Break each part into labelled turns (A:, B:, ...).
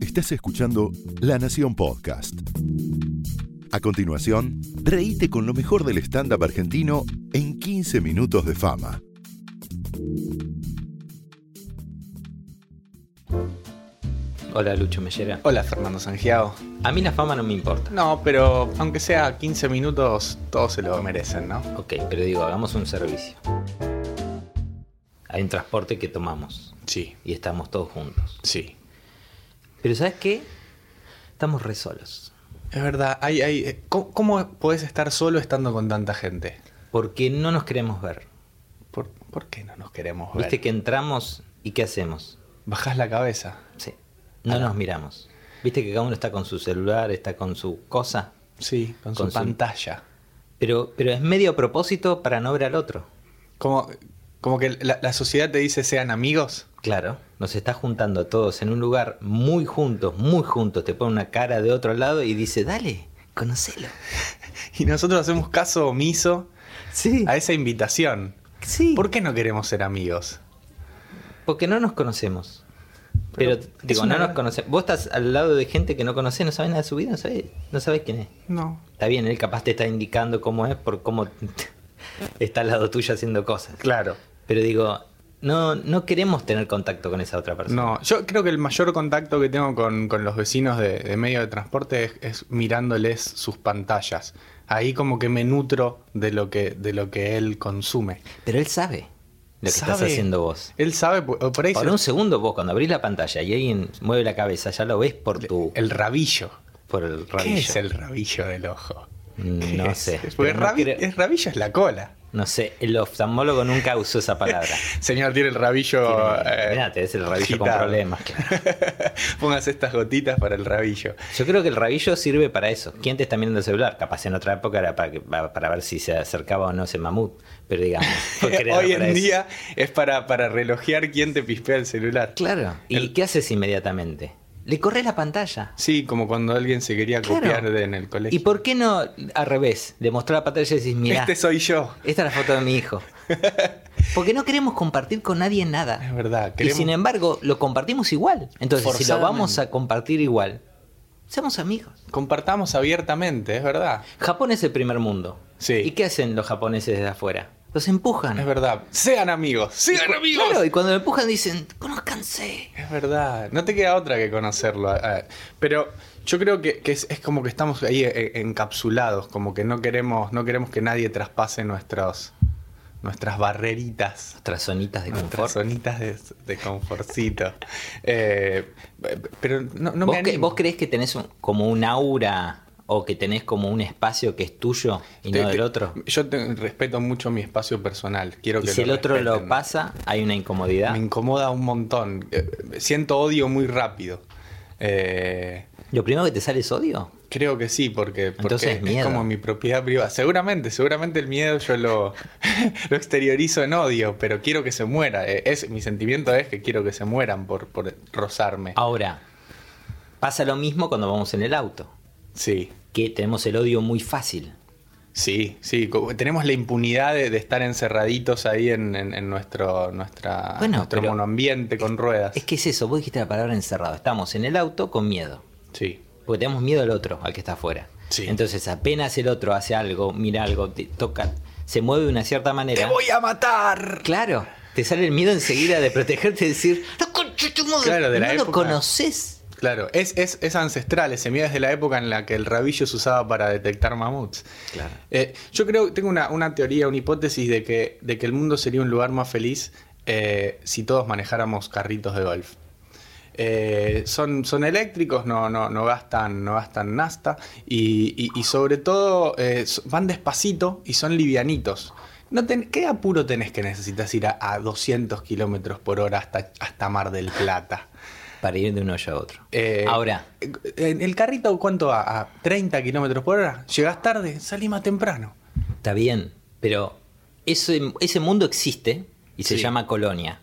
A: Estás escuchando La Nación Podcast. A continuación, reíte con lo mejor del stand-up argentino en 15 minutos de fama.
B: Hola Lucho Mellera.
C: Hola Fernando Sangiao.
B: A mí la fama no me importa.
C: No, pero aunque sea 15 minutos, todos se lo merecen, ¿no?
B: Ok, pero digo, hagamos un servicio. Hay un transporte que tomamos
C: Sí,
B: y estamos todos juntos.
C: sí.
B: Pero ¿sabes qué? Estamos re solos.
C: Es verdad, hay, hay, eh, ¿cómo, cómo podés estar solo estando con tanta gente?
B: Porque no nos queremos ver.
C: ¿Por, por qué no nos queremos ver?
B: Viste que entramos y ¿qué hacemos?
C: Bajás la cabeza.
B: Sí. No nos miramos. Viste que cada uno está con su celular, está con su cosa.
C: Sí, con,
B: Con
C: su
B: su-
C: pantalla.
B: Pero, pero es medio a propósito para no ver al otro.
C: Como, como que la, la sociedad te dice sean amigos.
B: Claro, nos está juntando a todos en un lugar muy juntos, muy juntos. Te pone una cara de otro lado y dice, dale, conocelo.
C: Y nosotros hacemos caso omiso
B: Sí,
C: a esa invitación.
B: sí.
C: ¿Por qué no queremos ser amigos?
B: Porque no nos conocemos. Pero,
C: Pero es
B: digo,
C: una
B: no nos
C: gran-
B: conocemos. Vos estás al lado de gente que no conocés, no sabés nada de su vida, no sabés, no sabés quién es.
C: No.
B: Está bien, él capaz te está indicando cómo es por cómo está al lado tuyo haciendo cosas.
C: Claro.
B: Pero digo, no, no queremos tener contacto con esa otra persona.
C: No, yo creo que el mayor contacto que tengo con, con los vecinos de, de medio de transporte es, es mirándoles sus pantallas. Ahí como que me nutro de lo que, de lo que él consume.
B: Pero él sabe lo que estás
C: Sabe.
B: haciendo vos.
C: Él sabe, por por ahí
B: Por
C: se-
B: un segundo vos, cuando abrís la pantalla y alguien mueve la cabeza, ya lo ves por tu...
C: el rabillo.
B: por el rabillo. Mm,
C: ¿Qué es el rabillo del ojo? ¿Qué
B: No
C: es?
B: sé.
C: Porque
B: pero no,
C: rabi-
B: creo-
C: el rabillo es la cola.
B: no sé, el oftalmólogo nunca usó esa palabra.
C: Señor, tiene el rabillo... eh,
B: Mirá, te ves el rabillo con
C: agitado.
B: problemas. claro.
C: Póngase estas gotitas para el rabillo.
B: Yo creo que el rabillo sirve para eso. ¿Quién te está mirando el celular? Capaz en otra época era para, que- pa- para ver si se acercaba o no ese mamut. Pero digamos, fue creado
C: Hoy
B: para
C: en
B: eso.
C: día es para, para relojear quién te pispea el celular.
B: Claro. ¿Y
C: El-
B: qué haces inmediatamente? Le corres la pantalla.
C: Sí, como cuando alguien se quería
B: Claro.
C: copiar de- en el colegio.
B: ¿Y por qué no al revés? Le mostrás la pantalla y decís, mirá,
C: Este soy yo.
B: esta es la foto de mi hijo. Porque no queremos compartir con nadie
C: Es
B: nada.
C: verdad.
B: Y
C: Queremos...
B: sin em- embargo, lo compartimos igual. Entonces, si lo
C: Forzadamente.
B: vamos a compartir igual, seamos amigos.
C: Compartamos abiertamente, es verdad.
B: Japón es el primer mundo.
C: Sí.
B: ¿Y qué hacen los japoneses desde afuera? Los empujan.
C: Es verdad. Sean amigos. Sean amigos.
B: Claro, y cuando lo empujan dicen, conózcanse.
C: Es verdad. No te queda otra que conocerlo. eh, Pero yo creo que, que es, es como que estamos ahí eh, encapsulados, como que no queremos, no queremos que nadie traspase nuestros, nuestras barreritas.
B: Nuestras zonitas de confort.
C: Nuestras zonitas de, de confortcito. Eh, pero no, no me
B: ¿Vos, que-
C: animo.
B: vos creés que tenés un- como un aura o que tenés como un espacio que es tuyo y
C: Te-
B: no del
C: te-
B: otro?
C: Yo te- respeto mucho mi espacio personal. Quiero
B: Y
C: que
B: si el otro lo
C: respeten.
B: pasa, hay una incomodidad.
C: Me incomoda un montón. Eh, Siento odio muy rápido. Eh,
B: Lo primero que te sale es odio.
C: creo que sí, porque, porque
B: Entonces,
C: es
B: miedo.
C: como mi propiedad privada. Seguramente, seguramente el miedo yo lo, lo exteriorizo en odio, pero quiero que se muera. Eh, Es, mi sentimiento es que quiero que se mueran por, por rozarme.
B: Ahora, pasa lo mismo cuando vamos en el auto,
C: Sí,
B: que tenemos el odio muy fácil.
C: sí, sí. Como- Tenemos la impunidad de, de estar encerraditos ahí en, en- en nuestro, nuestra,
B: Bueno,
C: nuestro
B: pero-
C: monoambiente con ruedas.
B: Es que es eso, vos dijiste la palabra encerrado. Estamos en el auto con miedo.
C: Sí.
B: Porque tenemos miedo al otro, al que está afuera.
C: Sí.
B: Entonces, apenas el otro hace algo, mira algo, te toca, se mueve de una cierta manera.
C: ¡Te voy a matar!
B: Claro, te sale el miedo enseguida de protegerte y decir, "La concha de tu madre,
C: Claro, de la
B: no lo
C: época.
B: conoces.
C: Claro, es, es, es ancestral, ese miedo es de la época en la que el rabillo se usaba para detectar mamuts.
B: Claro.
C: Eh, yo creo, tengo una, una teoría, una hipótesis de que, de que el mundo sería un lugar más feliz eh, si todos manejáramos carritos de golf. Eh, son, son eléctricos, no, no, no gastan, no gastan nasta y, y- y sobre todo eh, so- van despacito y son livianitos. No ten- ¿Qué apuro tenés que necesitas ir a, a 200 kilómetros por hora hasta, hasta Mar del Plata?
B: Para ir de un hoyo a otro.
C: Eh,
B: Ahora,
C: En el carrito, ¿cuánto va? ¿A 30 kilómetros por hora? Llegás tarde, salí más temprano.
B: está bien, pero ese, ese mundo existe y se
C: Sí.
B: llama colonia.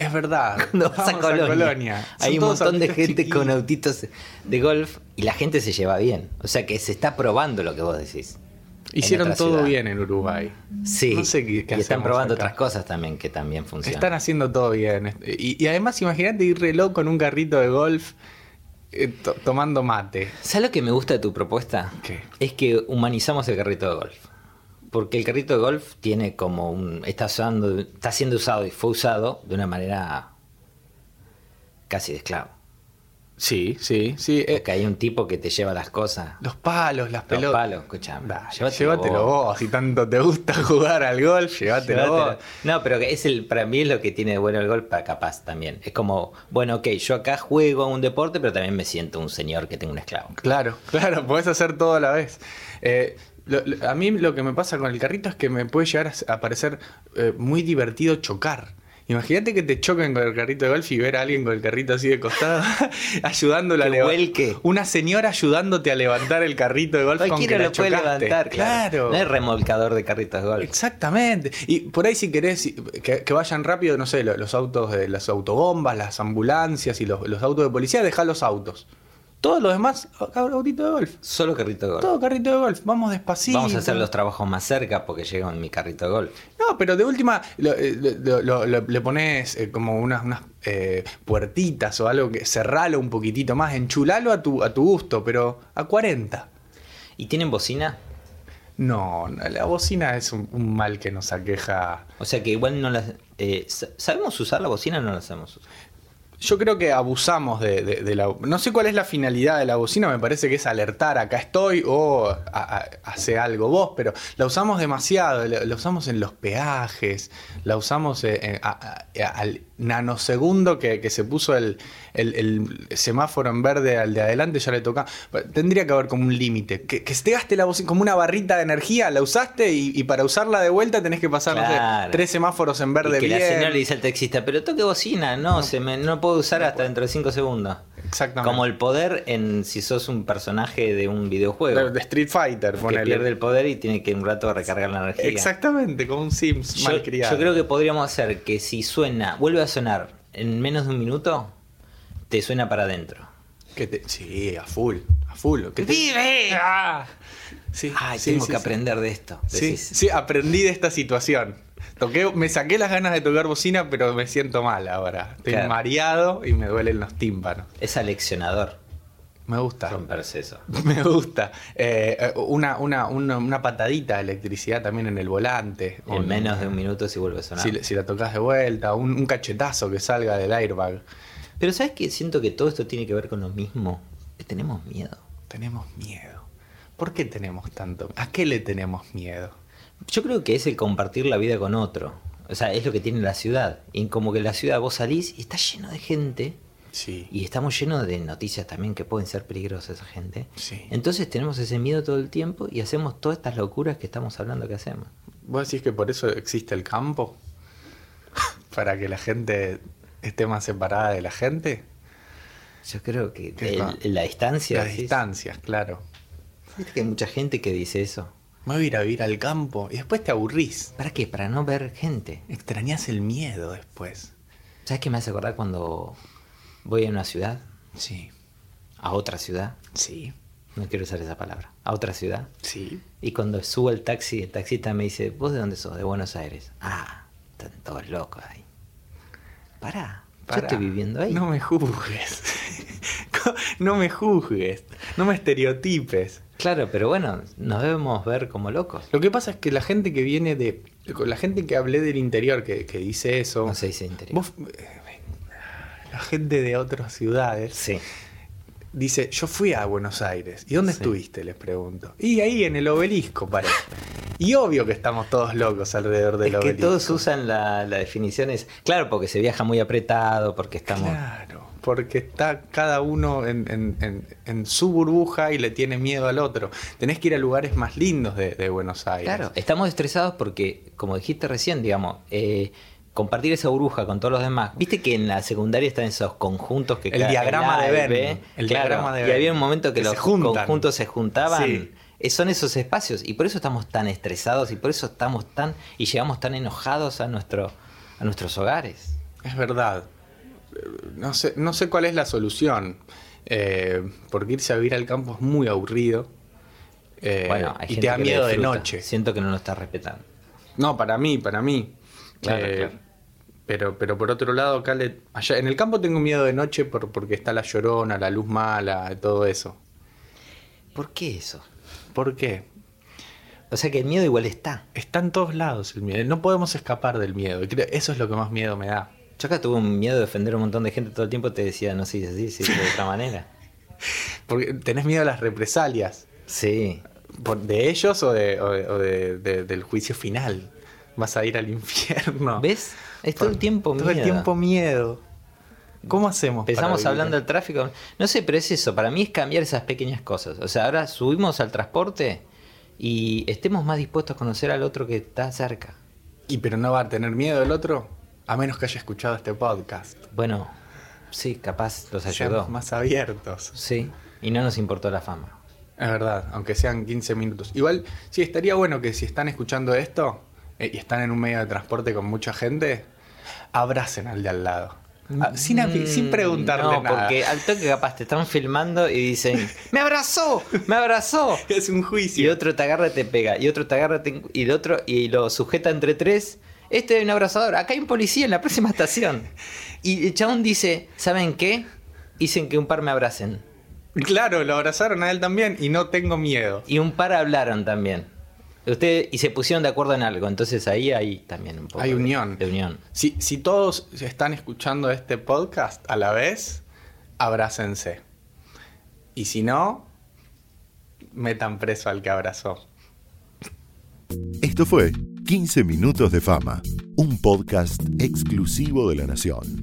C: Es verdad.
B: Cuando vas a
C: Vamos
B: Colonia,
C: Son
B: hay un
C: todos
B: montón de
C: autitos
B: gente con
C: chiquitos.
B: autitos de golf y la gente se lleva bien. O sea que se está probando lo que vos decís. en
C: Hicieron
B: otra
C: todo
B: ciudad.
C: bien en Uruguay.
B: Sí,
C: No sé qué- qué
B: y están
C: hacemos
B: probando
C: acá.
B: otras cosas también que también funcionan.
C: Están haciendo todo bien. Y, y además, imagínate ir reloj con un carrito de golf eh, to- tomando mate.
B: ¿Sabes lo que me gusta de tu propuesta?
C: ¿Qué?
B: Es que humanizamos el carrito de golf. Porque el carrito de golf tiene como un. Está, usando, está siendo usado y fue usado de una manera casi de esclavo.
C: Sí, sí, sí. eh,
B: Porque hay un tipo que te lleva las cosas.
C: los palos, las
B: Los
C: pelotas.
B: palos, escuchame.
C: Dale,
B: llévatelo
C: llévatelo vos. si tanto te gusta jugar al golf, llévatelo,
B: Llévatelo.
C: vos.
B: No, pero que es el, para mí es lo que tiene de bueno el golf, para capaz también. Es como, bueno, ok, yo acá juego a un deporte, pero también me siento un señor que tengo un esclavo.
C: Claro, claro, podés hacer todo a la vez. Eh, lo- lo- a mí lo que me pasa con el carrito es que me puede llegar a s- a parecer eh, muy divertido chocar. Imagínate que te choquen con el carrito de golf y ver a alguien con el carrito así de costado ayudándolo a
B: Que
C: levantar.
B: vuelque.
C: Una señora ayudándote a levantar el carrito de golf con que
B: Cualquiera
C: la
B: lo puede
C: chocaste.
B: levantar, claro.
C: claro.
B: No hay remolcador de carritos de golf.
C: Exactamente. Y por ahí si querés si- que, que vayan rápido, no sé, lo- los, autos de las autobombas, las ambulancias y los, los autos de policía, dejá los autos. Todos los demás, autito de golf.
B: Solo carrito de golf.
C: Todo carrito de golf, vamos despacito.
B: Vamos a hacer los trabajos más cerca porque llega en mi carrito de golf.
C: No, pero de última lo- eh, lo- lo- lo- le pones eh, como unas, unas eh, puertitas o algo que cerralo un poquitito más, enchulalo a tu, a tu gusto, pero a 40.
B: ¿Y tienen bocina?
C: No, no, la bocina es un, un mal que nos aqueja.
B: O sea que igual no las... eh, sa- ¿Sabemos usar la bocina o no la sabemos usar?
C: Yo creo que abusamos de, de- de la... No sé cuál es la finalidad de la bocina, me parece que es alertar, acá estoy o a- a- hace algo vos, pero la usamos demasiado, la, la usamos en los peajes, la usamos eh, en- a- a- al nanosegundo que, que se puso el, el- el semáforo en verde al de adelante, ya le toca... Tendría que haber como un límite, que, que te gaste la bocina como una barrita de energía, la usaste y, y para usarla de vuelta tenés que pasar, no sé,
B: Claro.
C: tres semáforos en verde.
B: Y que la
C: bien.
B: señora le dice al taxista, pero toque bocina, no, se me, no puedo usar hasta dentro de 5 segundos.
C: Exactamente.
B: Como el poder en si sos un personaje de un videojuego.
C: De- De Street Fighter,
B: que
C: ponele.
B: pierde el poder y tiene que un rato recargar la energía.
C: Exactamente, como un Sims
B: Yo,
C: malcriado.
B: yo creo que podríamos hacer que si suena, vuelve a sonar en menos de un minuto, te suena para adentro.
C: que te- Sí, a full, a full. Que te-
B: ¡Vive!
C: Ah. Sí,
B: Ay,
C: sí,
B: tengo
C: sí,
B: que
C: sí.
B: aprender de esto.
C: Sí,
B: decís.
C: sí, aprendí de esta situación. Toqué, me saqué las ganas de tocar bocina, pero me siento mal ahora. Estoy
B: Claro.
C: mareado y me duelen los tímpanos.
B: Es aleccionador
C: Me gusta.
B: romperse eso.
C: Me gusta. Eh, eh, una, una, una, una patadita de electricidad también en el volante. O
B: En menos de un minuto si vuelve a sonar.
C: Si, si la tocas de vuelta, un, un cachetazo que salga del airbag.
B: Pero ¿sabes qué? Siento que todo esto tiene que ver con lo mismo. Que tenemos miedo.
C: Tenemos miedo. ¿Por qué tenemos tanto? ¿A qué le tenemos miedo?
B: Yo creo que es el compartir la vida con otro. O sea, es lo que tiene la ciudad. Y como que la ciudad vos salís y está lleno de gente.
C: Sí.
B: Y estamos llenos de noticias también que pueden ser peligrosas esa gente.
C: Sí.
B: Entonces tenemos ese miedo todo el tiempo y hacemos todas estas locuras que estamos hablando que hacemos.
C: ¿Vos decís que por eso existe el campo? ¿Para que la gente esté más separada de la gente?
B: Yo creo que
C: ¿Qué
B: el-
C: va?
B: la distancia...
C: Las
B: decís.
C: distancias, claro.
B: Viste que hay mucha gente que dice eso.
C: Me voy a ir a vivir al campo y después te aburrís.
B: ¿Para qué? Para no ver gente.
C: Extrañas el miedo después.
B: ¿Sabes qué me hace acordar cuando voy a una ciudad?
C: Sí.
B: A otra ciudad.
C: Sí.
B: No quiero usar esa palabra. A otra ciudad.
C: Sí.
B: Y cuando subo al taxi, el taxista me dice, ¿vos de dónde sos? De Buenos Aires. Ah, están todos locos ahí. Pará, yo
C: Pará.
B: estoy viviendo ahí.
C: No me juzgues. no me juzgues. No me estereotipes.
B: Claro, pero bueno, nos debemos ver como locos.
C: Lo que pasa es que la gente que viene de. con La gente que hablé del interior que, que dice eso.
B: No se dice interior.
C: vos- eh, la gente de otras ciudades
B: Sí.
C: dice: Yo fui a Buenos Aires. ¿Y dónde
B: Sí.
C: estuviste? Les pregunto. Y ahí en el obelisco, parece. Y obvio que estamos todos locos alrededor del
B: Es que
C: obelisco.
B: todos usan la, la definición es... Claro, porque se viaja muy apretado, porque estamos...
C: Claro, porque está cada uno en, en- en- en su burbuja y le tiene miedo al otro. Tenés que ir a lugares más lindos de, de Buenos Aires.
B: Claro, estamos estresados porque, como dijiste recién, digamos, eh, compartir esa burbuja con todos los demás. Viste que en la secundaria están esos conjuntos que
C: El
B: cada-
C: diagrama
B: A
C: de
B: y
C: Venn,
B: B,
C: el
B: claro,
C: diagrama de
B: Y
C: Venn,
B: había un momento que,
C: que
B: los
C: se juntan.
B: conjuntos se juntaban.
C: Sí.
B: Eh, Son esos espacios y por eso estamos tan estresados y por eso estamos tan y llegamos tan enojados a nuestro a nuestros hogares.
C: Es verdad. Eh, No sé, no sé cuál es la solución. eh, porque irse a vivir al campo es muy aburrido. eh,
B: bueno, hay
C: y
B: gente
C: te da
B: que lo
C: miedo de
B: disfruta.
C: noche.
B: Siento que no lo estás respetando.
C: No, para mí, para mí.
B: Claro, claro.
C: Pero, pero por otro lado, acá le- allá, en el campo tengo miedo de noche por, porque está la llorona, la luz mala, todo eso.
B: ¿Por qué eso?
C: ¿Por qué?
B: O sea que el miedo igual está.
C: Está en todos lados el miedo. No podemos escapar del miedo. Y creo- Eso es lo que más miedo me da.
B: Yo acá tuve un miedo de ofender a un montón de gente todo el tiempo, te decía, no sé si así, si de otra manera.
C: Porque tenés miedo a las represalias.
B: Sí.
C: Por- ¿De ellos o, de, o de- o de- de- del juicio final? Vas a ir al infierno.
B: ¿Ves? Es todo el tiempo miedo.
C: Todo el tiempo miedo. ¿Cómo hacemos? para
B: Empezamos
C: vivir?
B: hablando del tráfico. No sé, pero es eso. Para mí es cambiar esas pequeñas cosas. O sea, ahora subimos al transporte y estemos más dispuestos a conocer al otro que está cerca.
C: ¿Y pero no va a tener miedo el otro? A menos que haya escuchado este podcast.
B: Bueno, sí, capaz los ayudó.
C: Seamos más abiertos.
B: Sí, y no nos importó la fama.
C: Es verdad, aunque sean 15 minutos. Igual, sí, estaría bueno que si están escuchando esto eh, y están en un medio de transporte con mucha gente, abracen al de al lado. Ah, Sin, afi- sin
B: Mm,
C: preguntarle
B: no,
C: nada.
B: porque al toque capaz te están filmando y dicen, ¡me abrazó! ¡me abrazó!
C: Es un
B: Y
C: juicio.
B: otro te agarra y te pega, y otro te agarra te- y el otro y lo sujeta entre tres. Este hay un abrazador, acá hay un policía en la próxima estación. Y el chabón dice, ¿saben qué? Dicen que un par me abracen.
C: Claro, lo abrazaron a él también y no tengo miedo.
B: Y un par hablaron también. Usted, y se pusieron de acuerdo en algo, entonces ahí hay también un poco
C: Hay
B: de-
C: unión.
B: De, unión.
C: Si, si todos están escuchando este podcast a la vez, abrácense. Y si no, metan preso al que abrazó.
A: Esto fue 15 Minutos de Fama, un podcast exclusivo de La Nación.